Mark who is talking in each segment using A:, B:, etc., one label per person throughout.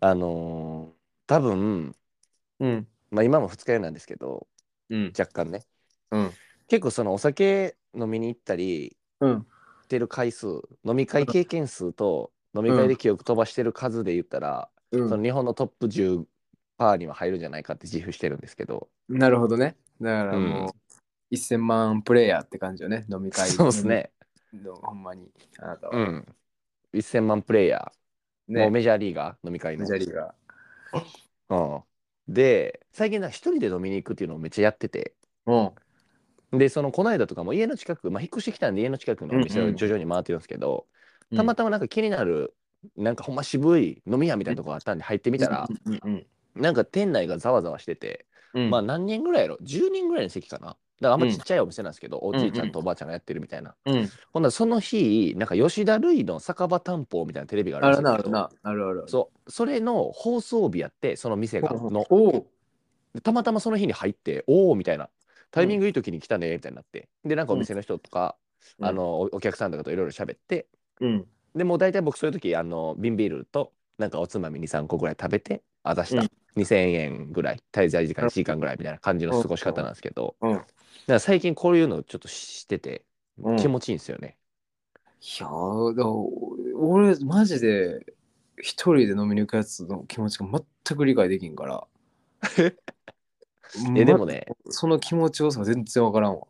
A: あのー多分、
B: うん。
A: まあ、今も二日酔いなんですけど
B: うん。
A: 若干ね
B: うん。
A: 結構そのお酒飲みに行ったり
B: うん。
A: してる回数飲み会経験数と飲み会で記憶飛ばしてる数で言ったら、その日本のトップ10パーには入るんじゃないかって自負してるんですけど
B: なるほどね。だから
A: うん
B: もう、1000万プレイヤーって感じよね、飲み会
A: そうです。ね
B: のほんまに、あなた
A: う
B: は。
A: ん1000万プレイヤー、も
B: ね
A: うメジャーリーガー飲み会の
B: メジャーリーガ
A: うん、で最近な一人で飲みに行くっていうのをめっちゃやってて
B: ー。
A: でそのこの間とかも家の近く、まあ、引っ越してきたんで家の近くのお店
B: うんう
A: を
B: ん
A: 徐々に回ってるんですけど、
B: うん。
A: たまたまなんか気になるなんかほんま渋い飲み屋みたいなとこがあったんで入ってみたら、
B: うんうん
A: なんか店内がざわざわしてて、
B: うん。
A: まあ何人ぐらいやろ10人ぐらいの席かなだからあんまちっちゃいお店なんですけど、おじいちゃんとおばあちゃんがやってるみたいな、
B: うん。
A: ほんならその日なんか吉田類の酒場担保みたいなテレビがあ
B: あ
A: る
B: る
A: ん
B: な、
A: で
B: あ
A: すけ
B: る
A: ど
B: な、あるある。
A: そうそれの放送日やってその店がの
B: おう
A: でたまたまその日に入っておおみたいなタイミングいい時に来たねみたいになってでなんかお店の人とか、
B: うん
A: あのおお客さんとかといろいろ喋って
B: うん。
A: でもう大体僕そういう時あの瓶ビールとなんかおつまみ23個ぐらい食べてあ出した、
B: うん
A: 2,000円ぐらい滞在時間1時間ぐらいみたいな感じの過ごし方なんですけど、
B: うんうん
A: だから最近こういうのをちょっとしてて
B: うん
A: 気持ちいいんですよね。
B: いやーだから俺、マジで、一人で飲みに行くやつの気持ちが全く理解できんから。
A: えでもね
B: ま、その気持ちよさ全然わからんわ。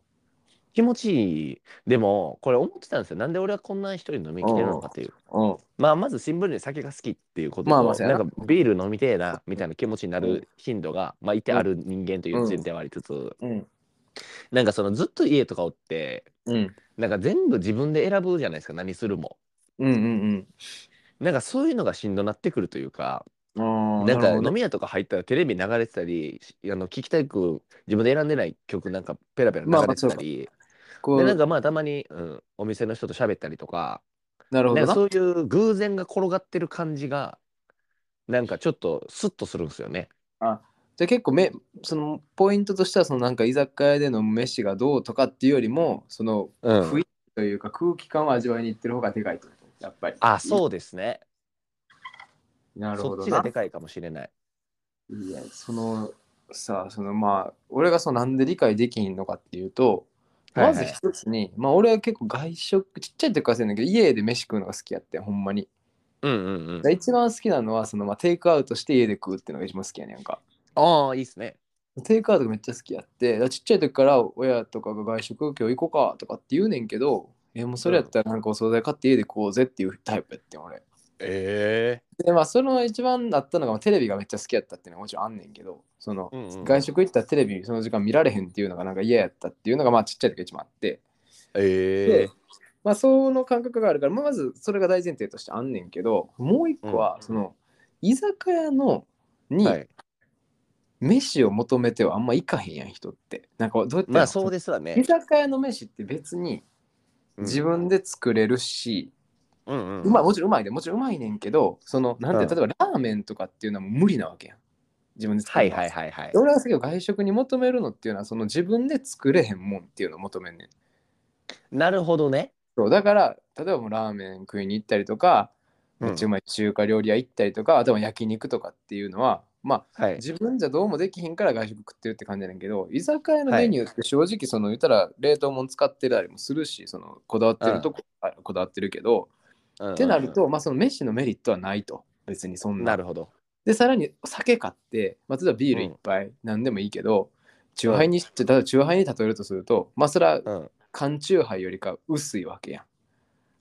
A: 気持ちいいでもこれ思ってたんですよなんで俺はこんな一人飲みに来てるのかっていう
B: うん。
A: まあまず新聞で酒が好きっていうことと、
B: まあまあそうや
A: な
B: なん
A: かビール飲みてえなみたいな気持ちになる頻度が、まあいてある人間という前提はありつつ、
B: うん。
A: なんかそのずっと家とかおって
B: うん。
A: なんか全部自分で選ぶじゃないですか何するも
B: うんうん
A: なんかそういうのがしんどなってくるというか
B: うん。あー
A: なんか
B: るほど
A: 飲
B: ね
A: み屋とか入ったらテレビ流れてたりしあの聞きたく自分で選んでない曲なんかペラペラ流れてたり、
B: こう
A: でなんかまあたまに、うん、お店の人と喋ったりとか
B: なるほ
A: なん
B: ど
A: か
B: な。
A: そういう偶然が転がってる感じがなんかちょっとスッとするんですよね。
B: じゃあ結構めそのポイントとしてはそのなんか居酒屋での飯がどうとかっていうよりもその
A: う
B: 雰
A: ん、
B: 囲気というか空気感を味わいに行ってる方がでかいとやっぱり。
A: あそうですね
B: なるほ
A: そっ
B: ど
A: ちが
B: な
A: で。かいかもしれない。
B: いやそのさそのまあ俺がそのなんで理解できひんのかっていうとまず一つに、まあ俺は結構外食ちっちゃい時からせんだけど家で飯食うのが好きやってほんまに。
A: うんうんうん
B: だから一番好きなのはその、まあ、テイクアウトして家で食うっていうのが一番好きやねんか。
A: ああいいっすね。
B: テイクアウトがめっちゃ好きやってだからちっちゃい時から親とかが外食今日行こうかとかって言うねんけどえもうそれやったらなんかお惣菜買って家で食おうぜっていうタイプやってん俺
A: え
B: でまあその一番だったのがまあテレビがめっちゃ好きやったっていうのはもちろんあんねんけどその
A: えー。
B: 外食行ったらテレビその時間見られへんっていうのがなんか嫌やったっていうのがまあちっちゃい時が一番あって
A: ええ。
B: まあその感覚があるからまあまずそれが大前提としてあんねんけどもう一個はその居酒屋のに
A: はい。
B: 飯を求めてはあんま行かへんやん人ってなんかどうやって
A: まあそうですわ
B: 居
A: ね。
B: 酒屋の飯って別に自分で作れるし、
A: うんうん
B: うまいもちろんうまいでもちろんうまいねんけどそのなんて、
A: うん
B: 例えばラーメンとかっていうのはもう無理なわけやん自分で作
A: は
B: る
A: い
B: の
A: はいはいはい
B: で。俺は先ほど外食に求めるのっていうのはその自分で作れへんもんっていうのを求めんねん
A: なるほどね。
B: そうだから例えばもうラーメン食いに行ったりとかめっちゃうまい中華料理屋行ったりとか、あとは焼肉とかっていうのはまあ
A: はい。
B: 自分じゃどうもできひんから外食食ってるって感じやねんけど居酒屋のメニューって正直その言ったら冷凍もん使ってたりもするしそのこだわってるとこはこだわってるけど、ってなると、まあその飯のメリットはないと別にそ
A: うんん、
B: な
A: なるほど。
B: でさらに酒買って、まあ、例えばビール一杯何でもいいけど、酎ハイにして例えば酎ハイに例えるとするとまあそれは
A: うん。
B: 缶酎ハイよりか薄いわけやん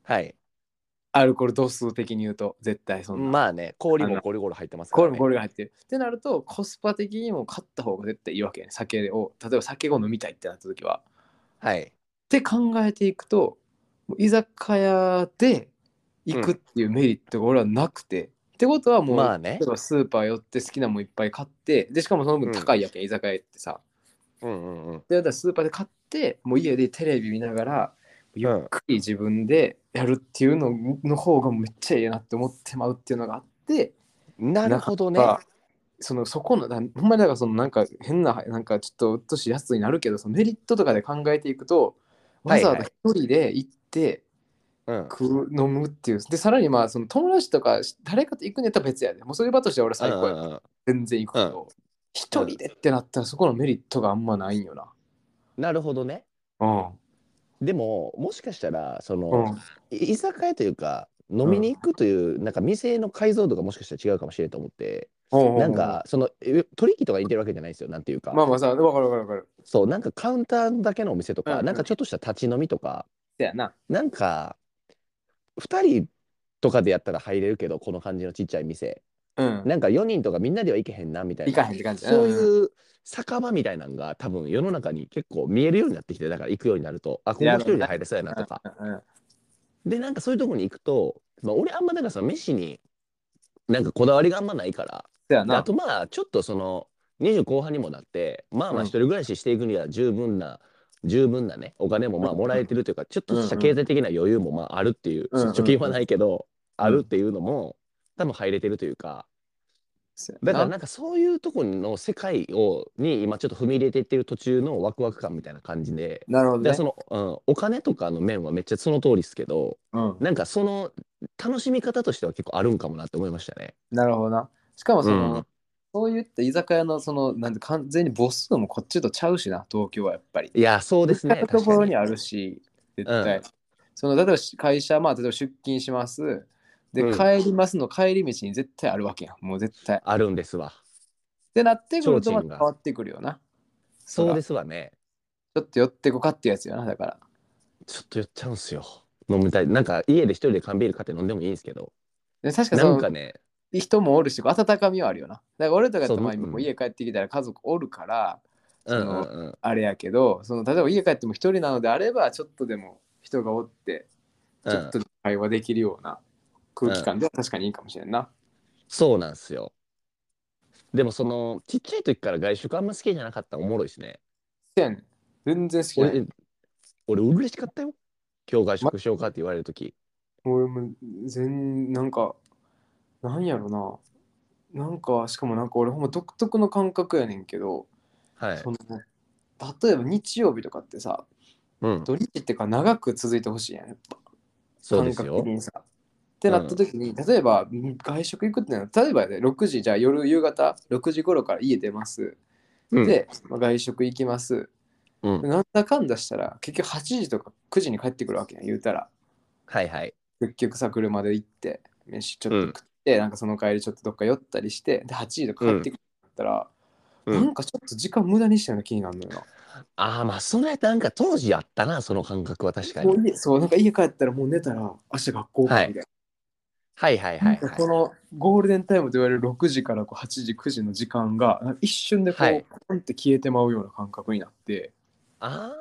A: はい。
B: アルコール度数的に言うと絶対そんな、
A: まあね、氷もゴリゴリ入ってますか
B: こ
A: ら、
B: れ
A: ね。
B: もこれが入ってる。ってなると、コスパ的にも買った方が絶対いいわけやね。酒を、例えば酒を飲みたいってなった時は。っ
A: はい。
B: て考えていくと、もう居酒屋で行くっていうメリットが俺はなくて。ってことはもう、
A: まあね
B: 例えばスーパー寄って好きなもんいっぱい買って、で、しかもその分高いやけん、居酒屋ってさ。
A: うんうんうん。
B: で、だからスーパーで買って、もう家でテレビ見ながら、ゆ
A: う
B: っ
A: ん
B: くり自分でやるっていうのの方がめっちゃいいなって思ってまうっていうのがあって、
A: なるほどね。
B: がそのそこのだほんまにだからそのなんか変ななんかちょっとうっとしいやつになるけどそのメリットとかで考えていくとわざわざ
A: はい
B: 一人で行って、
A: うん。
B: 食う飲むっていうでさらにまあその友達とか誰かと行くネタ別やでもうそういう場としては俺最高や、
A: うんうんうん
B: 全然行くけど一、人でってなったらそこのメリットがあんまないんよな
A: なるほどね。
B: う
A: でも、もしかしたら、その、
B: んうん
A: い居酒屋というか、飲みに行くという、なんか店の解像度がもしかしたら違うかもしれないと思って、
B: う
A: なんか、その、え取引とか言ってるわけじゃないんですよ、なんていうか。
B: まあまあさわかるわかるわかる
A: そう、なんかカウンターだけのお店と
B: うん
A: か、
B: うん
A: なんかちょっとした立ち飲みとか、
B: せやな
A: なんか、2人とかでやったら入れるけど、この感じのちっちゃい店。
B: うん
A: なんか4人とかみんなでは行けへんな、みたい
B: 行
A: な。
B: かへんって感じ
A: そう
B: うん
A: いう酒場みたいなのが多分世の中に結構見えるようになってきてだから行くようになるとあここ一人で入れそうやなとか
B: うんうん
A: でなんかそういうとこに行くと、まあ、俺あんまだからその飯になんかこだわりがあんまないから
B: せや
A: であ
B: な
A: とまあちょっとその20後半にもなってまあまあ
B: うん
A: 一人暮らししていくには十分な、十分なねお金もまあもらえてるというかちょっとした経済的な余裕もまああるっていう、
B: うんうん
A: 貯金はないけど、あるっていうのも多分入れてるというか
B: せや
A: だ
B: な
A: からなんかそういうとこの世界をに今ちょっと踏み入れていってる途中のワクワク感みたいな感じで。
B: なるほど
A: だか
B: ね
A: らその、うん、お金とかの面はめっちゃその通りですけど
B: うん
A: なんかその楽しみ方としては結構あるんかもなって思いましたね。
B: なるほどなしかもその、
A: うん
B: そういった居酒屋のそのなんて完全に母数もこっちとちゃうしな東京はやっぱり
A: いやそうですね
B: 行ったと
A: 確
B: こ
A: か
B: ろ
A: に
B: にあるし、絶対。
A: うん
B: その例えばし会社、まあ、例えば出勤します。で、
A: うん
B: 帰りますの帰り道に絶対あるわけやん。もう絶対。っ
A: あるんですわ。
B: てなってくると
A: 提
B: ま
A: 灯
B: た
A: が
B: 変わってくるよな。。
A: そうですすわね。
B: ちょっと寄ってこかってやつよな、だから。
A: ちょっと寄っちゃうんすよ。飲みたい。なんか家で一人で缶ビール買って飲んでもいいんですけど、
B: で確かに
A: な
B: そ
A: ん
B: の
A: かね、
B: 人もおるし、温かみはあるよな。だから俺とかと
A: そう
B: まあ
A: うん
B: もう家帰ってきたら家族おるから、
A: うんう
B: その
A: んうん。
B: あれやけど、その例えば家帰っても一人なのであれば、ちょっとでも人がおって、
A: うん
B: ちょっと会話できるような空気感では確かにいいかもしれんな。
A: そうなんすよ。でもそのちっちゃい時から外食あんま好きじゃなかったらおもろいですね。
B: せやねん全然好きじゃない
A: 俺、俺嬉しかったよ。今日外食しようかって言われる時。
B: 俺も全なんかなんやろななんかしかもなんか俺ほんま独特の感覚やねんけど、
A: はい
B: そ。の例えば日曜日とかってさ
A: うん。
B: 土日ってか長く続いてほしいやんやっぱ
A: そう
B: 感
A: です
B: 覚
A: よ
B: 的。にさってなった時に、例えばん外食行くってな例えばね6時じゃあ夜夕方6時頃から家出ます、
A: うん、
B: で、まあ外食行きます
A: うん
B: なんだかんだしたら結局8時とか9時に帰ってくるわけやん言うたら
A: はいはい。
B: 結局さ車で行って飯ちょっと食って、なんかその帰りちょっとどっか寄ったりしてで8時とか帰ってくるんだったら、
A: う、
B: なんんかちょっと時間無駄にしたような気になるのよな。
A: ああまあそれなんか当時あったなその感覚は確か
B: もう
A: に。
B: 家そうなんか家帰ったらもう寝たら明日学校かみたい
A: はいはい
B: な。
A: はい、
B: なん
A: は
B: か
A: い
B: こ。のゴールデンタイムと言われる6時からこう8時9時の時間がなんか一瞬でこう、
A: はい
B: ポンって消えてまうような感覚になって
A: あ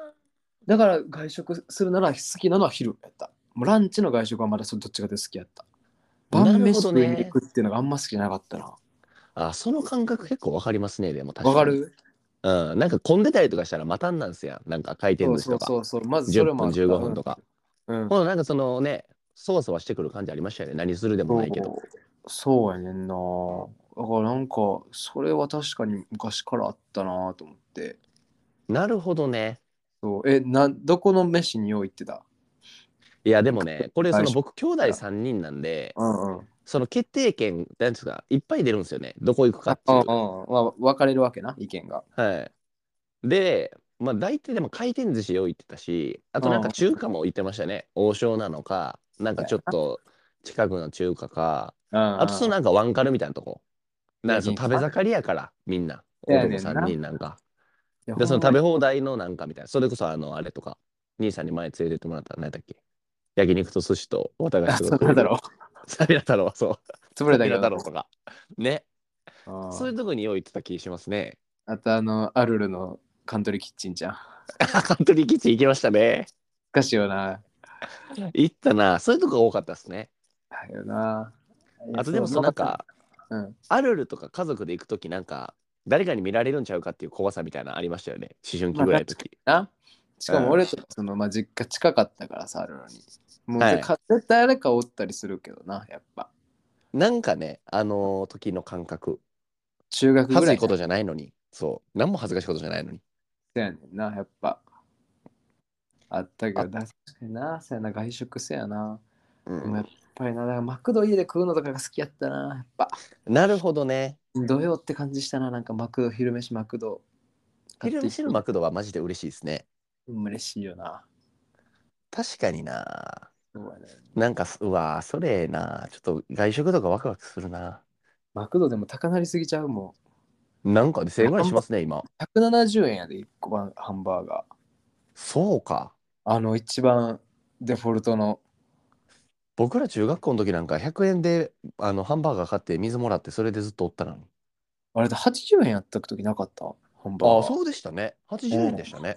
B: だから外食するなら好きなのは昼やった。もうランチの外食はまだそどっちかで好きやった。
A: なるほど
B: 晩
A: ね
B: 飯食いに行くっていうのがあんま好きじゃなかったな。
A: ーあーその感覚結構わかりますねでも確か
B: わ
A: に。
B: かる
A: うん、なんか混んでたりとかしたらまたんなんすやん。なんか回転寿司とか。
B: そうそうそう、まずそれ
A: 10
B: もあ
A: 分
B: った
A: 15分とか。。
B: うん。
A: ほ、うなんかそのね、そわそわしてくる感じありましたよね。何するでもないけど。
B: そうやねんな。だからなんか、それは確かに昔からあったなと思って。
A: なるほどね。
B: そうえな、どこの飯によう行ってた
A: いやでもね、これそ
B: は
A: の
B: い
A: 僕兄弟3人なんで、
B: うんうん。
A: その決定権、なんですか、いっぱい出るんですよね。どこ行くかって
B: う
A: い
B: ん
A: う
B: うん。まあ、分かれるわけな、意見が。
A: はい。で、まあ大体でも回転寿司用意ってたし、あとなんか中華も行ってましたね。王将なのか、なんかちょっと近くの中華か、
B: あ
A: あとそのなんかワンカルみたいなとこ。なんかその食べ盛りやから、みんな。
B: せやねん
A: 男
B: な
A: 3人なんか。
B: の
A: で、その食べ放題のなんかみたいな。それこそあの、あれとか、兄さんに前連れてってもらった何だっけ。焼肉と寿司と綿菓
B: あ、
A: 子
B: そ
A: と
B: うなんだろ
A: サビラ太郎、そう。
B: う。潰れたけど
A: サビラ
B: な
A: 太郎とか。ね。
B: うん
A: そういうとこに用意ってた気しますね。
B: あと、あの、アルルのカントリーキッチンじゃん。
A: カントリーキッチン行きましたね。
B: おかしいよな。
A: 行ったな。そういうとこが多かったですね。
B: あるよな。
A: あとでもそのなんか、
B: うん。
A: アルルとか家族で行くときなんか、誰かに見られるんちゃうかっていう怖さみたいなのありましたよね。思春期ぐらいの時。
B: な。しか
A: う
B: も
A: ん
B: 俺とその、まあ、実家近かったからさ、あるのに。もう、
A: はい
B: か絶対誰かおったりするけどな、やっぱ。
A: なんかね、あの時の感覚。
B: 中学
A: 恥
B: ぐ
A: ず
B: ら
A: かし
B: い
A: いことじゃないのに。そう。何も恥ずかしいことじゃないのに。
B: やねんな、やっぱ。あったけど、確かにな、そうやな、外食せやな。
A: う
B: でもや
A: ん
B: っぱりな、だからマクド家で食うのとかが好きやったな。やっぱ、
A: なるほどね。
B: 土曜って感じしたな、なんかマクド、昼飯マクド。
A: 昼飯のマクドはマジで嬉しいですね。
B: うん嬉しいよな。
A: 確かにな。
B: そうやね
A: なんかす、うわーそれええな。ちょっと外食とかワクワクするな。
B: マクドでも高なりすぎちゃうも
A: なんかで1000円ぐらいしますね、今。
B: ん。170円やで、1個番ハンバーガー。
A: そうか。
B: あの、一番デフォルトの。
A: 僕ら中学校の時なんか100円であのハンバーガー買って水もらってそれでずっとおったのに。
B: あれだ、80円やった時なかったハンバーガー。
A: ああ、そうでしたね。80円でしたね。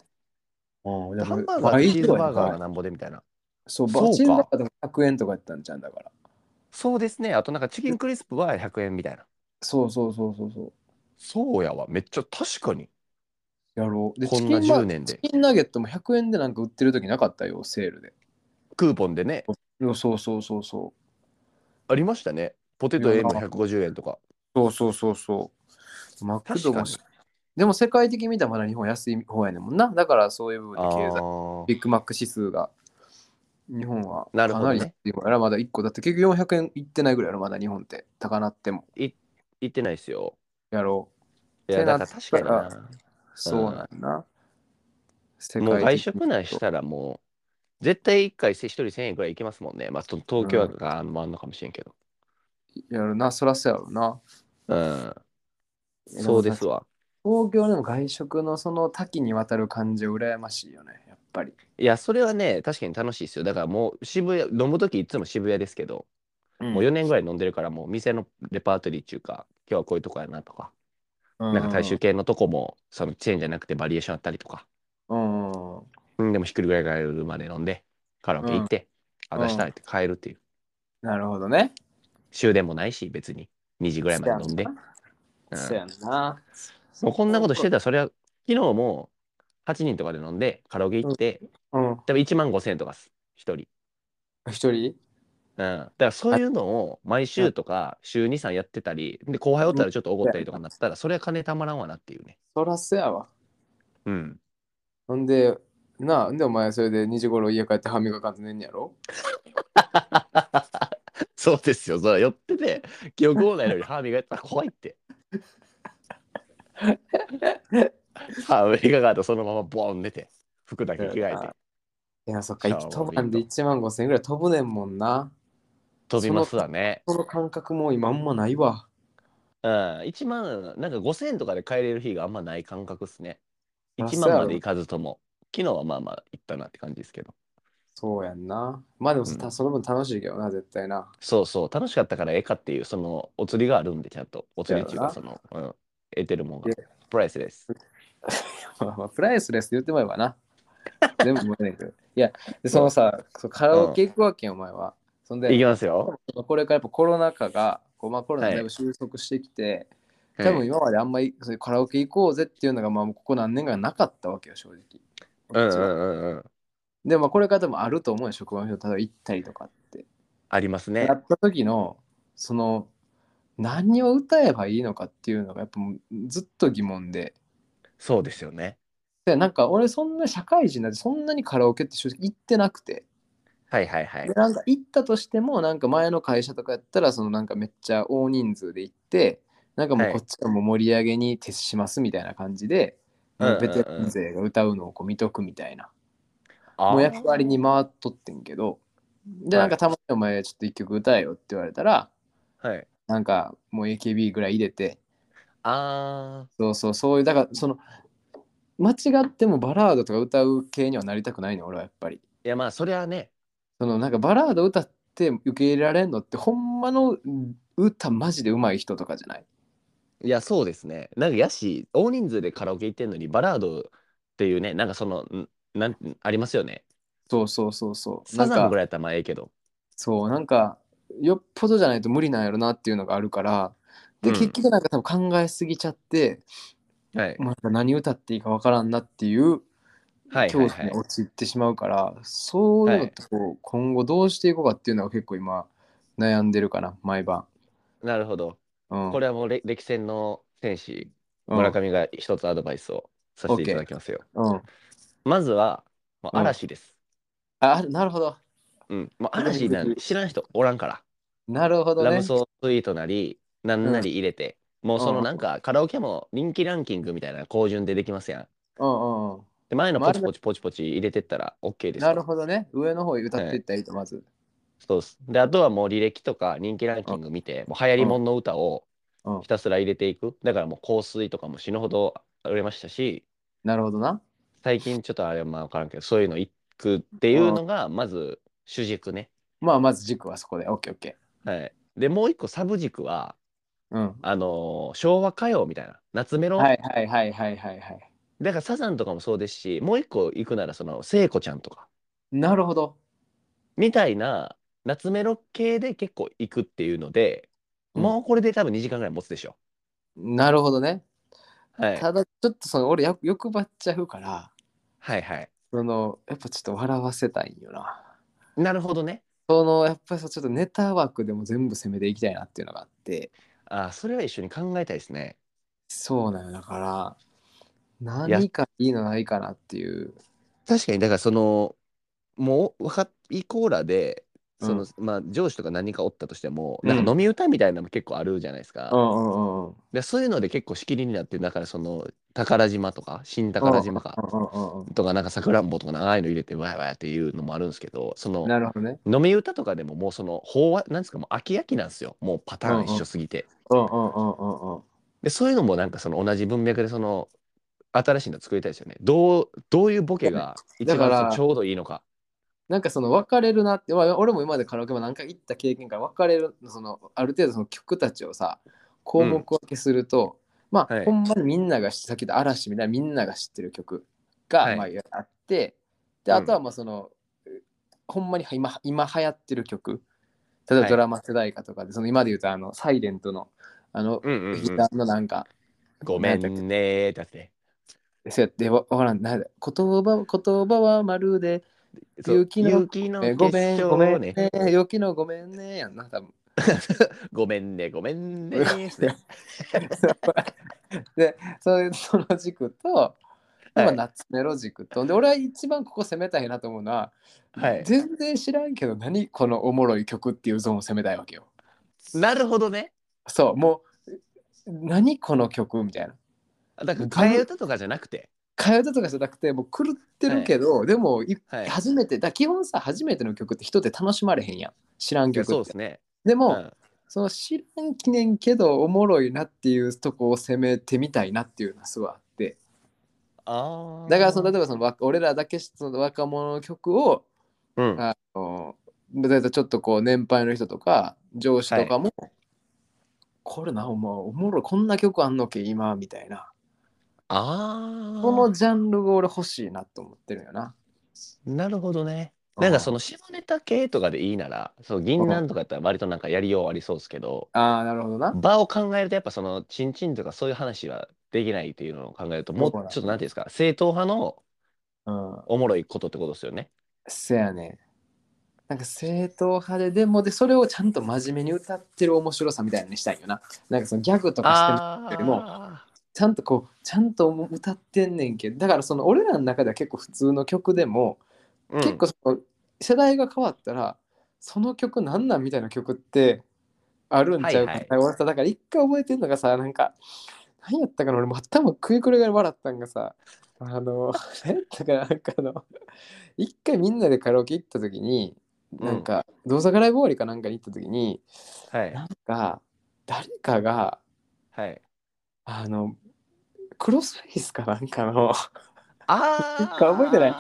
B: うん。
A: ハンバーガーとチーズバーガーがなんぼでみたいな。
B: そう、
A: そう
B: バ
A: か
B: チンバーガーでも100円とかやったんちゃうんだから。
A: そうですね。あとなんかチキンクリスプは100円みたいな。
B: そうそうそうそうそう。
A: そうやわ。めっちゃ確かに。
B: やろう。で、
A: こんな
B: チキンバ
A: 10年で
B: チキンナゲットも100円でなんか売ってる時なかったよ、セールで。
A: クーポンでね、
B: そうそうそうそう。
A: ありましたね。ポテト
B: いや
A: M
B: な
A: 150円とか。
B: そうそうそうそう。マクドも
A: 確か
B: でも世界的に見たらまだ日本安い方やねんもんな。だからそういう部分
A: あ
B: で経済、
A: ー
B: ビッグマック指数が日本は
A: なるほ
B: か
A: ど
B: な
A: ね
B: り低いからまだ1個だって結局400円いってないぐらいやろ、まだ日本って。高なっても。
A: 言ってないですよ。
B: やろ
A: いや、
B: てな
A: だから確かに
B: っ
A: な。
B: う。そうなんだな。世
A: もう外
B: 的に
A: 食なんしたらもう、絶対1回1人1000円くらいいきますもんね。まあ、と東京があんまあんのかもしれんけど。
B: やるな、そらそうやろな。
A: うん。そうですわ。
B: 東京でも外食のその多岐にわたる感じ羨ましいよね、やっぱり。
A: いや、それはね、確かに楽しいですよ。だからもう渋谷、飲むときいつも渋谷ですけど、もう4年ぐらい飲んでるから、もう店のレパートリーっていうか、今日はこういうとこやなとか、なんか大衆系のとこも、そのチェーンじゃなくてバリエーションあったりとか、
B: うんうんうん。
A: うん、でもひっくり返るまで飲んで、カラオケ行って、
B: うん
A: あ、出したいって帰るっていう。
B: なるほどね。
A: 終電もないし、別に2時ぐらいまで飲んで。うん
B: そうやんな。
A: もうこんなことしてたら、それは、昨日も8人とかで飲んで、カラオケ行って、
B: うん。
A: 多分1万5000円とかっす、1人。
B: 一人
A: うん、だからそういうのを毎週とか週23やってたりで後輩おったらちょっとおごったりとかなったらそれは金たまらんわなっていうね。
B: そらそうやわ。
A: うん、
B: ほんで、なあ、んでお前それで2時頃家帰って歯磨かんと寝んねやろ
A: そうですよそれ寄ってて記憶もないのに歯磨いてたら怖 いって。歯磨かれたそのままボーン寝て服だけ着替えて
B: いや、そっか、
A: シャワー
B: 一晩で1万5千円ぐらい飛ぶねんもんな。
A: 飛びますわね。
B: その感覚もう今あんまないわ。
A: うん、1万なんか5,000円とかで帰れる日があんまない感覚っすね。
B: あ
A: 1
B: そうや
A: 万
B: ろ
A: までいかずとも昨日はまあまあ行ったなって感じですけど。そう
B: そうやんな。まあでも
A: うん
B: たその分楽しいけどな、絶対な。
A: そうそう、楽しかったからええかっていう、そのお釣りがあるんで、ちゃんと。お釣りっていうか、
B: そ
A: その、うん、得てるもんが
B: い。
A: プライスです。
B: まあまあプライスレスって言ってもらえばな。全部もえねんけど。いや、でそのさ、そうカラオケ行くわけよ、お前は。そんで
A: いき、ますよ。
B: これからやっぱコロナ禍が、こうまあ、コロナだいぶ収束してきて、多分今まであんまりそういうカラオケ行こうぜっていうのが、まあ、もうここ何年かなかったわけよ、正直。
A: うんうんうんうん。
B: でもまあこれから多分あると思うよ、職場の人、例えば行ったりとかって。
A: ありますね
B: や。った時の、その、何を歌えばいいのかっていうのが、やっぱもうずっと疑問で。
A: そうですよね。
B: で、なんか俺、そんな社会人になんて、そんなにカラオケって正直行ってなくて。
A: はいはいはい
B: で。なんか行ったとしてもなんか前の会社とかやったらそのなんかめっちゃ大人数で行ってなんかもう
A: はい
B: こっちがもう盛り上げに徹しますみたいな感じで、
A: うんうん
B: もうベテラン勢が歌うのをこう見とくみたいな、
A: あ
B: もう
A: ー
B: 役割に回っとってんけどで
A: は
B: ないんかたまに「お前ちょっと一曲歌えよ」って言われたら
A: はい。
B: なんかもう AKB ぐらい入れて
A: あ
B: そうそうそういうだからその間違ってもバラードとか歌う系にはなりたくないね俺はやっぱり。
A: ー、いやまあ、それはね、
B: そのなんかバラード歌って受け入れられんのってほんまの歌マジで上手い人とかじゃない
A: いや、そうですね。なんか、やし、大人数でカラオケ行ってんのに、バラードっていうね、なんかその、んなんありますよね。
B: そうそうそうそうな
A: サ
B: ん
A: ザン
B: か
A: ぐらいやったらまあええけど。
B: そうなんかよっぽどじゃないと無理なんやろなっていうのがあるからで、
A: うん
B: 結局なんか多分考えすぎちゃって、
A: はい。
B: まあ、何歌っていいかわからんなっていう
A: はいは
B: 境
A: い
B: 地
A: は
B: に
A: い。
B: 陥ってしまうから、そういうのってこう、今後どうしていこうかっていうのが結構今悩んでるかな毎晩、
A: なるほど。
B: うん、
A: こ
B: れ、
A: れはもうれ歴戦の戦士、
B: うん、
A: 村上が一つアドバイスをさせていただきますよ。
B: うん
A: まずは、もう嵐です。
B: あ、なるほど。
A: うん。もう嵐なんて知らん人おらんから。
B: なるほどね。
A: ラブソースイートなり、なんなり入れて、もうそのなんかカラオケも人気ランキングみたいな高順でできますやん。
B: うんうんう
A: で前のポチポチポチポチ入れてったら OK で
B: ん。
A: すよ。
B: なるほどね。上の方へ歌っていったらいいと、まず。
A: そうです。で、あとはもう履歴とか人気ランキング見て、もう流行りもんの歌を
B: うん
A: ひたすら入れていく。だからもう香水とかも死ぬほど売れましたし、
B: なるほどな。
A: 最近ちょっとあれはまあ分からんけど、そういうの行くっていうのが、まず主軸ね。
B: まあ、まず軸はそこで。オッケーオッケ
A: はい。で、もう一個サブ軸は、
B: ー。うん。
A: あのー昭和歌謡みたいな、夏メロ。
B: はいはいはいはいはいはい。
A: だからサザンとかもそうですし、もう一個行くなら、その聖子ちゃんとか、
B: なるほど。
A: みたいな、夏メロ系で結構行くっていうので、もうこれで多分2時間ぐらい持つでしょ。
B: なるほどね。
A: はい。
B: ただ、ちょっとその、俺や、欲張っちゃうから、
A: はいはい。
B: その、やっぱちょっと笑わせたいんよな。
A: なるほどね。
B: その、やっぱりそうちょっとネタ枠でも全部攻めていきたいなっていうのがあって、
A: あーそれは一緒に考えたいですね。
B: そうなのよだから、
A: いや
B: 何かいいのないかなっていう。
A: 確かに、だからその、もう、若いコーラで、
B: うん
A: その、まあ、上司とか何かおったとしても、
B: うん
A: なんか飲み歌みたいなのも結構あるじゃないですか。
B: うんうんうん。
A: でそういうので結構仕切りになってるだからその宝島とか新宝島か
B: うんうんうんうん
A: とかなんかさくらんぼとかなんかああいうの入れてわいわいっていうのもあるんですけどその
B: なるほどね。
A: 飲み歌とかでももうその飽和なんですかもう飽き飽きなんですよもうパターン一緒すぎて、
B: うんうんうんうんうん。
A: でそういうのもなんかその同じ文脈でその新しいの作りたいですよねどうどういうボケが一
B: だから
A: 番ちょうどいいのか
B: なんかその別れるなって、まあ、俺も今までカラオケも何回行った経験から別れるそのある程度その曲たちをさ項目分けすると、まあ、
A: はい
B: ほんまにみんなが知ってさっきの嵐みたいなみんなが知ってる曲が、
A: はい
B: まあ、あってで
A: うん
B: あとはまあその、ほんまに今今流行ってる曲例え
A: は
B: ば
A: い
B: ドラマ世代歌とかで、その今で言うとあの「サイレントのあの
A: うんうん、う
B: ギ
A: ん
B: タ、ーのなんか、
A: ごめんねーってやつね
B: そうやってわわからんなんだ言葉言葉はまるで
A: そう
B: 雪の
A: 雪の
B: えー
A: 結
B: ごめん、ごめんね
A: 晶ね。
B: 陽気のごめんね。やんな、多分。
A: ごめんねごめんねーってね
B: で、そう いうその軸と、
A: は
B: 今、
A: い
B: 夏メロ軸と、で、俺は一番ここ攻めたいなと思うの は、
A: はい
B: 全然知らんけど、何このおもろい曲っていうゾーンを攻めたいわけよ。
A: なるほどね
B: そう、もう、何この曲みたいな。
A: だから替え歌とかじゃなくて
B: 替え歌とかじゃなくて、もう狂ってるけど、でも、い
A: はい
B: 初めて、だから基本さ、初めての曲って人って楽しまれへんやん。知らん
A: いや
B: 曲
A: そう
B: っ
A: で
B: て。
A: すね。
B: でも、
A: うん
B: その知らん記念けどおもろいなっていうとこを攻めてみたいなっていうのはすごいあって
A: あー
B: だからその例えばそのわ俺らだけその若者の曲を
A: うん
B: あの例えばちょっとこう年配の人とか上司とかも、これなお前おもろいこんな曲あんのけ今みたいな
A: あ
B: この
A: ー
B: ジャンルが俺欲しいなと思ってるよな
A: なるほどね。なんかそ
B: の
A: の下ネタ系とかでいいなら、その銀杏とかやったら割となんかやりようありそうですけど、
B: ああなるほどな
A: 場を考えるとやっぱそのチンチンとかそういう話はできないっていうのを考えると、もうち
B: そう
A: ょ
B: なん
A: っとなんていうんですか、正統派の
B: うん
A: おもろいことってことですよね。
B: せやねなんか正統派ででもでそれをちゃんと真面目に歌ってる面白さみたいなのにしたいよななんかそのギャグとかしても
A: あ
B: よりもちゃんとこうちゃんと歌ってんねんけどだからその俺らの中では結構普通の曲でも、
A: ー、うん
B: 結構その世代が変わったらその曲なんなんみたいな曲ってあるんちゃうか、
A: はいはい
B: 俺さだから一回覚えてんのがさなんか何やったかな俺も頭食いくるが笑ったんがさあの 何やったかななんかあの一回みんなでカラオケ行った時になんか動作がライブ終わりかなんかに行った時に
A: はい
B: なんか誰かが
A: はい。
B: あのクロスフェイスかなんかの
A: あ
B: なん
A: あ。
B: か覚えてない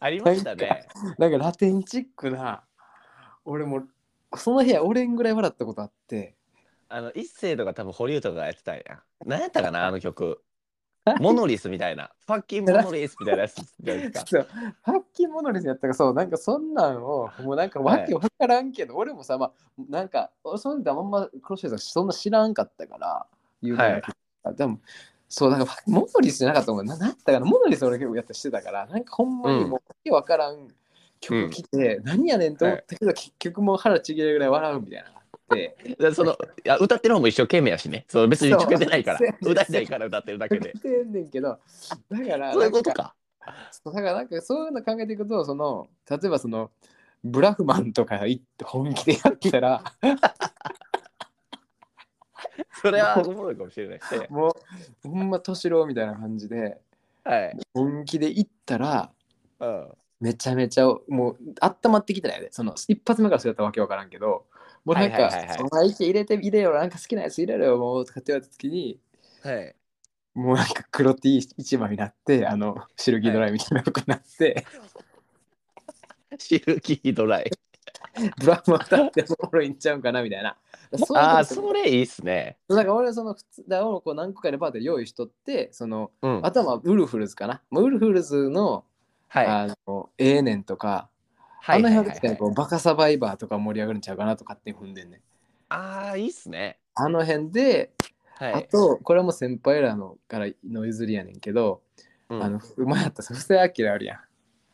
A: ありましたね。
B: なんかラテンチックな俺もその部屋俺んぐらい笑ったことあって
A: あの一星とか多分堀内とかがやってたんや。何やったかなあの曲。モノリスみたいな。ファッキンモノリスみたいな やつじゃないですか。
B: そうハッキーモノリスやったからそうなんかそんなんをもうなんかわけわからんけど、俺もさまあなんかそんなんあんまクロスフェイスはそんな知らんかったから言う
A: はい
B: でもそうなんかファモノリスじゃなかったもんななんやったかなモノリス俺結構やったしてたからなんかほんまにもうわけわからん曲来て、何やねんと思ったけど、結局もう腹ちぎれるぐらい笑うみたいなのがあって。
A: だからそのいや歌ってる方も一生懸命やしね。そう別に
B: そう
A: 作ってないから
B: そう。
A: 歌いたいから歌ってるだけで。
B: 言ってんねんけどだから
A: そういうこと
B: なん
A: か。
B: そうだからなんかそういうの考えていくとその例えばそのブラフマンとかい本気でやったら
A: それはおもろいかもしれないですね。
B: もうほんま敏郎みたいな感じで
A: はい。
B: 本気でいったら
A: うん。
B: めちゃめちゃもう温まってきてないでその一発目からそうやったらわけわからんけどもうなん
A: はい
B: か
A: はいはいはい
B: 「お前一入れて入れよなんか好きなやつ入れろよもう」とかって言われた時に
A: はい。
B: もうなんか黒 T 一枚になってあの白木ドライみたいな服になって、
A: シルキードライ。
B: ブラマーだっておもろいんちゃうんかなみたいな。そういう
A: あ
B: こ
A: あ、
B: と
A: それいいっすね。
B: なんか俺はその普通だから俺もこう何個かレパートリー用意しとってその
A: うん。
B: あとはまあウルフルズかな、まあ、ウルフルズの,、
A: はい。
B: あのええねんとか、
A: はいは
B: あの
A: いはい
B: 辺は
A: はい
B: 確かにこうバカサバイバーとか盛り上がるんちゃうかなとかって踏んでんねん
A: ああ、いいっすね。
B: あの辺で、
A: は
B: あ
A: い。
B: とこれはもう先輩らのからの譲りやねんけど、
A: うん
B: あのうまやったさ布施明あるや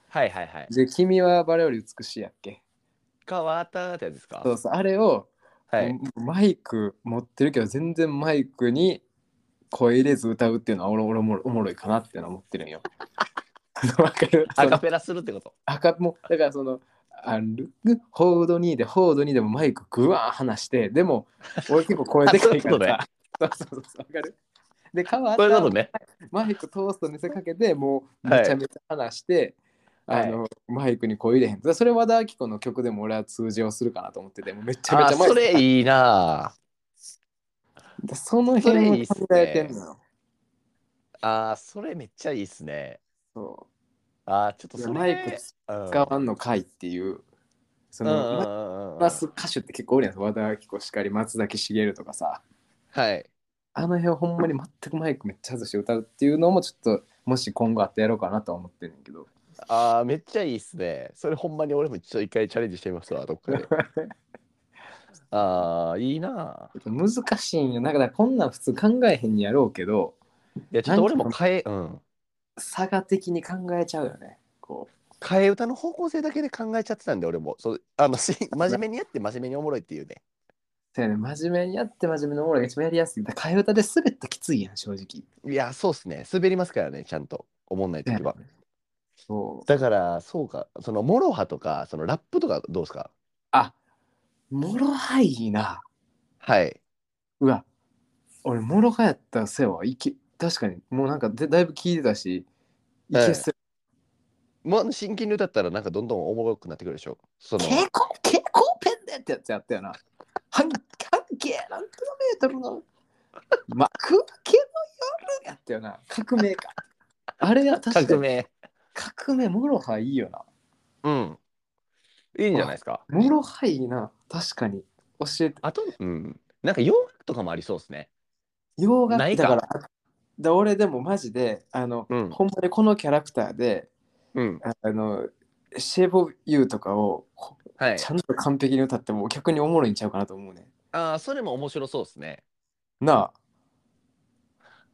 A: はいはいはい
B: ん。で君はバレより美しいやっけ
A: 川田ってやつですか
B: そうそうあれを、
A: はい。
B: マイク持ってるけど全然マイクに声入れず歌うっていうのは俺俺おもろおもろいかなっていうのは思ってるん よ。わかる
A: アカペラするってこと。
B: 赤もうだからそのあルホードにでホードにでもマイクグワーン離してでも俺結構声でかいからさそうそうそうわかるで川
A: そういうこと
B: 田
A: ね。
B: マイク通すと見せかけてもうめちゃめちゃ離して、あ
A: はい
B: のマイクに声入れへんだからそれ和田アキ子の曲でも俺は通常するかなと思っててもうめちゃめ
A: あ
B: ちゃ
A: ー
B: マイ
A: そ
B: ク
A: れいいな
B: でその辺
A: それいい
B: を
A: っすね
B: 考えてんのよ
A: あ。ああ、それめっちゃいいっすね。
B: そ
A: ああ、ちょっと
B: う
A: それ。
B: マイク
A: うん
B: 使わんのかいっていうそ
A: うんうん
B: の、マイク
A: うんうん
B: プラス歌手って結構おるやん和田アキ子しかり松崎しげるとかさ
A: はい。
B: あの辺はほんまに全くマイクめっちゃ外して歌うっていうのもちょっともし今後あってやろうかなとは思ってるんだけど。
A: ああ、めっちゃいいっすね。それほんまに俺もちょっと一回チャレンジしてみますわ、どっ かで。ああ、いいな
B: 難しいんよ。なんかだからこんなん普通考えへんにやろうけど、
A: いや、ちょっと俺も替え、うん。
B: 差が的に考えちゃうよね。こ
A: 替え歌の方向性だけで考えちゃってたんで、俺も。そうあの し真面目にやって真面目におもろいっていうね。
B: う。そうやね、真面目にやって真面目のものが一番やりやすい。だから替え歌で滑ったらきついやん、正直。
A: いや、そうっすね。滑りますからね、ちゃんと。思んないときは。
B: そう。
A: だから、そうか、その、モロハとか、そのラップとかどうですか
B: あモロハイいいな。
A: はい。
B: うわ。俺、モロハやったらせやわ。いけ確かに、もうなんかでだいぶ聞いてたし、いけそう。
A: もう真剣に歌ったら、なんかどんどんおもろくなってくるでしょ。その、
B: 蛍光蛍光ペンでってやつやったよな。半半径何キロメートルの幕開けの夜やったよな。革命か。あれは確か
A: 革
B: に
A: 命。
B: 革命モロハいいよな。
A: うん。いいんじゃないですか。
B: モロハいいな。確かに。教えて。
A: あと、うん。なんか洋楽とかもありそうですね。
B: 洋楽
A: ないか
B: だから。だ俺でもマジで、あの、
A: うん
B: ほんまにこのキャラクターで、
A: うん。
B: あの、シェイブ・オブ・ユーとかをほ
A: はい
B: ち。ゃんと完璧に歌っても逆におもろいんちゃうかなと思うね。
A: ああ、それも面白そうですね。
B: なあ。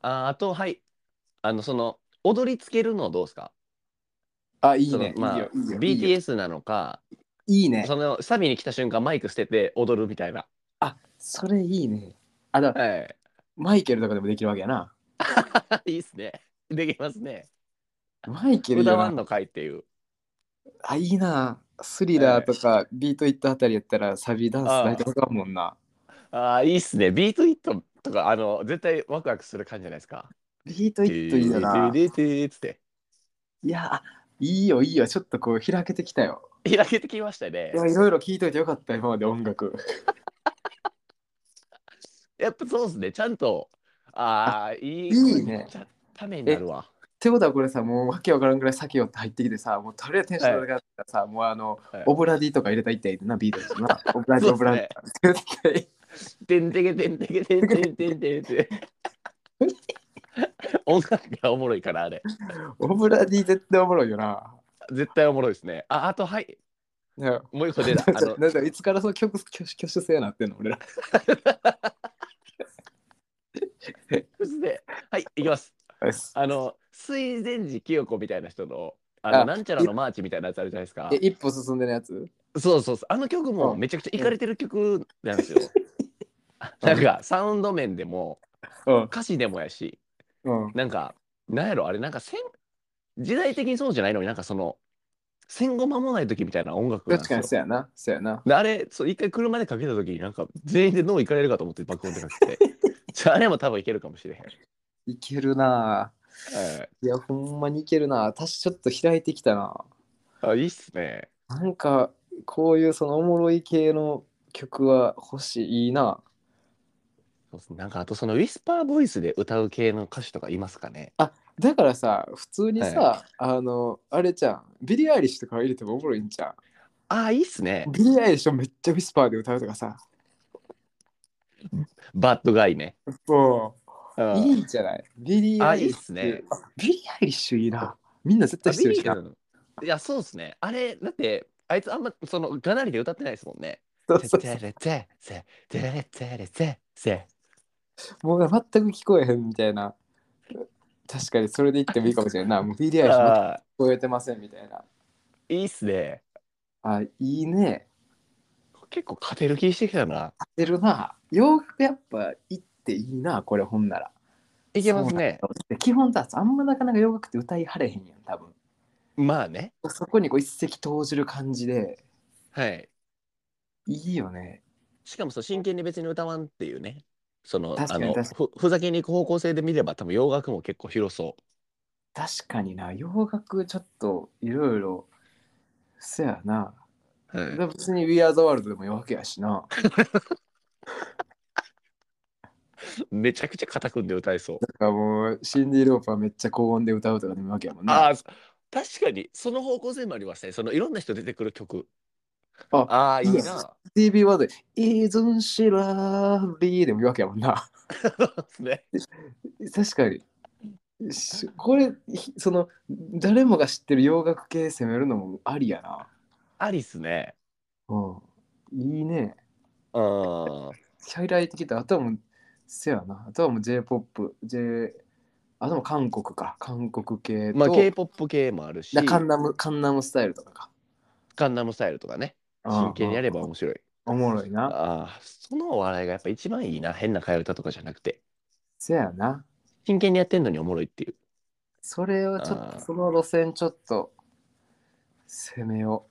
A: あーあと、はい。あの、その、踊りつけるのどうですか
B: あ、いい
A: そ
B: ね
A: の。まあ
B: いいよ。いいよいいよ
A: BTS なのか、
B: いいね。
A: その、サビに来た瞬間マイク捨てて踊るみたいな。
B: あそれいいね。あだ、
A: はい。
B: マイケルとかでもできるわけやな。
A: いいっすね。できますね。
B: マイケルいい
A: 歌
B: よ
A: わん
B: な
A: のかいっていう。
B: あ、いいな。スリラーとかビートイットあたりやったらサビダンス
A: ああ
B: 大体かもんな。
A: ああ、いいっすね。ビートイットとか、あの、絶対ワクワクする感じじゃないですか。
B: ビート
A: ビ
B: イットいいよな。
A: ートイットって。
B: いや、あいいよいいよ。ちょっとこう開けてきたよ。
A: 開けてきましたね
B: い。や、いろいろ聞いといてよかった、今まで音楽。
A: やっぱそうっすね。ちゃんと、ああ、いい。
B: いいね。
A: ためになるわ。
B: ってことはこれさ、もうわけわからんくらい先を入ってきてさ、もうとりあえずテンション上がったらさ、もうあの、
A: はい
B: オブラディとか入れたらいってな、ビートイットな。 オブラディ、
A: そう
B: オブ
A: っす
B: ラ
A: ね
B: ディ。絶対
A: てんてけてんてけてんてんてんてんてん。音楽がおもろいから、あれ。
B: オブラディ絶対おもろいよな。
A: 絶対おもろいですね。あ、あと、はい。
B: ね
A: もう一個出た。あの、
B: なんだいつからその曲挙挙手制なってんの俺ら。
A: ではい、いきます。あの水前寺清子みたいな人のあの
B: あ
A: なんちゃらのマーチみたいなやつあるじゃないですか
B: え一歩進んでるやつ
A: そうそうそうあの曲も
B: うん
A: めちゃくちゃいかれてる曲なんですよ、 なんかサウンド面でも
B: うん。
A: 歌詞でもやし
B: うん。
A: なんかなんやろあれなんかせん時代的にそうじゃないのになんかその戦後間もない時みたいな音楽なんで
B: 確
A: す
B: か
A: よ
B: にそうやな。そうやな。
A: であれそう一回車でかけた時になんか全員で脳いかれるかと思って爆音でかけ てじゃああれも多分いけるかもしれへん、
B: いけるなぁ。いや、ほんまにいけるなぁ。私ちょっと開いてきたな
A: はいあいいっすね
B: ぁ。なんか、こういうそのおもろい系の曲は欲しい、いいなぁ。
A: そうっすなんかあとそのウィスパーボイスで歌う系の歌手とかいますかね
B: だからさ、普通にさ、あの、あれじゃん、ビリー・アイリッシュとか入れてもおもろいんじゃ
A: ああいいっすね
B: ん。ビリー・アイリッシュをめっちゃウィスパーで歌うとかさ、
A: バッドガイね、
B: も
A: う
B: う、
A: ん
B: いいんじゃないビリー・アイリッシュ。
A: あいいっすね
B: あビリー・アイリッシュいいな。みんな絶対知ってるし
A: あ
B: な。
A: ビリーうんいやそうっすねあれだってあいつあんまそのがなりで歌ってないですもんね
B: そう
A: て
B: そう
A: てれてせてれてれてせ
B: もう全く聞こえへんみたいな。確かにそれで言ってもいいかもしれん ないな。もうビリー・アイリッシュ全く聞
A: あ
B: こえてませんみたいな。
A: ーいいっすね
B: あ、いいね。
A: 結構勝てる気してきたな
B: 出るな。洋服やっぱ行っていいな、これほんなら。
A: いけますね
B: そうなんだ。基本だ、あんまなかなか洋楽って歌いはれへんやん、多分。
A: まあね
B: そこにこう一石投じる感じで、
A: はい
B: いいよね。
A: しかもそう真剣に別に歌わんっていうねその
B: 確か
A: あ
B: に
A: の
B: 確
A: ふふざけに行く方向性で見れば多分洋楽も結構広そ
B: 確かにな、洋楽ちょっといろいろ、そやな。
A: う、はい
B: でも別に We Are the World でも洋楽やしな。
A: めちゃくちゃ肩組んで歌えそう
B: だからもう、シンディ・ローパーめっちゃ高音で歌うとかでもわけやもんな。
A: あー確かにその方向性もありますねそのいろんな人出てくる曲
B: あ
A: あーいい
B: いいです
A: な
B: TV ワードで、Isn't she lovely? でもいいわけやもんな。
A: ね
B: 確かに。しこれ、ひその、誰もが知ってる洋楽系攻めるのもありやな。
A: ありっすね
B: うん。いいね。
A: うんは
B: 開いてきた。あとはもう、せやな。あとはもう J-POP、J、あとも韓国か。韓国系と、
A: まあ K-POP 系もあるし
B: なカンナム、カンナムスタイルとかか。
A: ガンダムスタイルとかね真剣にやれば面白い
B: うん。おもろいな。
A: ああそのお笑いがやっぱ一番いいな変な替え歌とかじゃなくて
B: せやな。
A: 真剣にやってんのにおもろいっていう
B: それをちょっ
A: あ
B: と、
A: ー
B: その路線ちょっと、攻めよ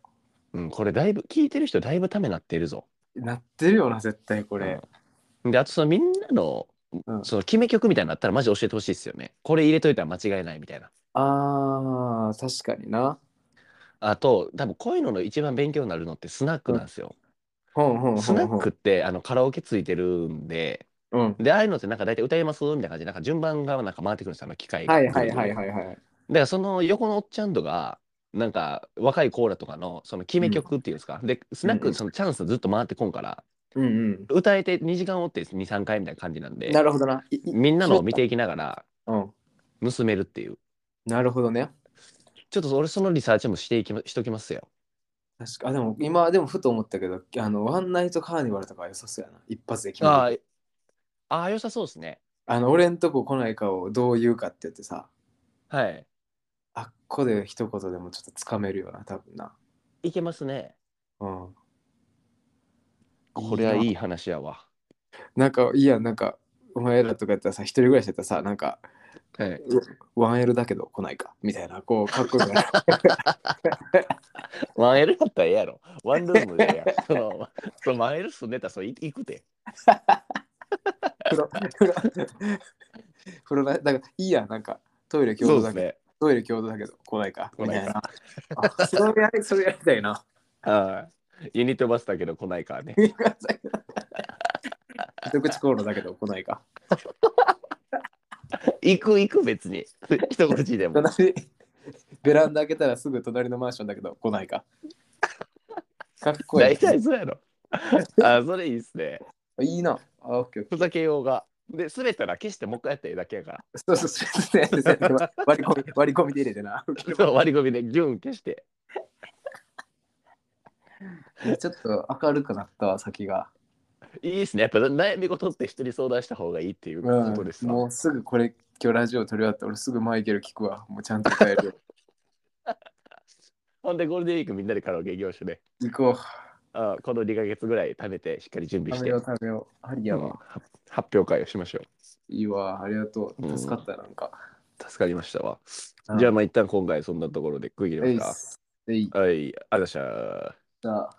B: う。
A: うん、これだいぶ聞いてる人だいぶためなってるぞ。
B: なってるよな、絶対こ
A: こ
B: れ。
A: であとそのみんなの,、
B: うん
A: その決め曲みたいなのあったらマジ教えてほしいですよね。これ入れといたら間違いないみたいな。
B: あー、確かにな。
A: あと多分こういうのの一番勉強になるのってスナックなんですよ。
B: ほんほんほんほん
A: スナックってあのカラオケついてるんで
B: うん。
A: でああいうのってなんか大体歌いますみたいな感じでなんか順番がなんか回ってくるんですよあの機械が
B: はいはいはいはいはい。
A: だからその横のおっちゃんとかなんか若いコーラとかのその決め曲っていうんですか、でスナッ
B: うんう
A: ク
B: ん
A: そのチャンスずっと回ってこんから、
B: うん
A: 歌えて2時間おって23回みたいな感じなん
B: う
A: で
B: ん。なるほどな。いい
A: みんなのを見ていきながら
B: うん。
A: 盗めるっていう
B: なるほどね。
A: ちょっと俺そのリサーチもしていきましときますよ
B: 確かあでも今でもふと思ったけど、あの、ワンナイトカーニバルとかは良さそうやな。一発で決め
A: あ
B: る。
A: あああ良さそうですね
B: あの、俺んとこ来ないかをどう言うかって言ってさ、
A: はい
B: あっこで一言でもちょっとつかめるよな、多分な。
A: いけますね
B: うん。
A: これはい
B: い
A: い話やわ
B: な。なんか、いいや、なんか、お前らとかやったらさ、一人暮らしやったらさ、なんか、
A: はい、
B: ワンエルだけど来ないか、みたいな、こう、かっこよくなる
A: ワンエルだったらええやろ。ワンルームでええやろ。 その、そのワンエル住んでたらそれ行くて。
B: 風呂、風呂、風呂な、だから、いいや、なんか、トイレ共
A: そ
B: 同だ
A: うです
B: けど
A: ね。
B: トイレ共同だけど来ないか。
A: 来
B: み
A: な
B: た
A: い
B: いな。あそれやりそれやりたいな。
A: はいユニットバスだけど来ないから ね。
B: 一口コーラだけど来ないか。
A: 行く行く別に。一口でも。
B: 隣ベランダ開けたらすぐ 隣のマンションだけど来ないか。かっこい
A: 大
B: い。
A: 体そうや ろ。あそれいいっすね。
B: いいな。あ、オッケーオッケ
A: ふざけようが。で、滑ったら消してもう一回やったらええだけやから。
B: ー。そうそうそうそう。割り込み、割り込みで入れてな。
A: そう割り込みでギュン消して。
B: ちょっと明るくなったわ、先が。
A: いいっすね。やっぱ悩み事って人に相談した方がいいっていうことですわ
B: もうすぐこれ、今日ラジオ撮り終わって、俺すぐマイケル聞くわ。もうちゃんと帰 るよ。
A: ほんで、ゴールデンウィークみんなでカラオケ行きましょうね。
B: 行こ
A: あこの2ヶ月ぐらい食べて、しっかり準
B: う。
A: 備し
B: 食
A: て
B: べ、よう食べよう。あり
A: う
B: や
A: ん
B: わ。
A: は発表会をしましょう。
B: いいわ。ありがと
A: うん
B: う。助かった、なんか。
A: 助かりましたわ。
B: うん
A: じゃあまあ一旦今回そんなところで区切り
B: えい
A: ま
B: っ
A: し
B: すえい
A: た。はい、ありがとうございました。
B: じゃあ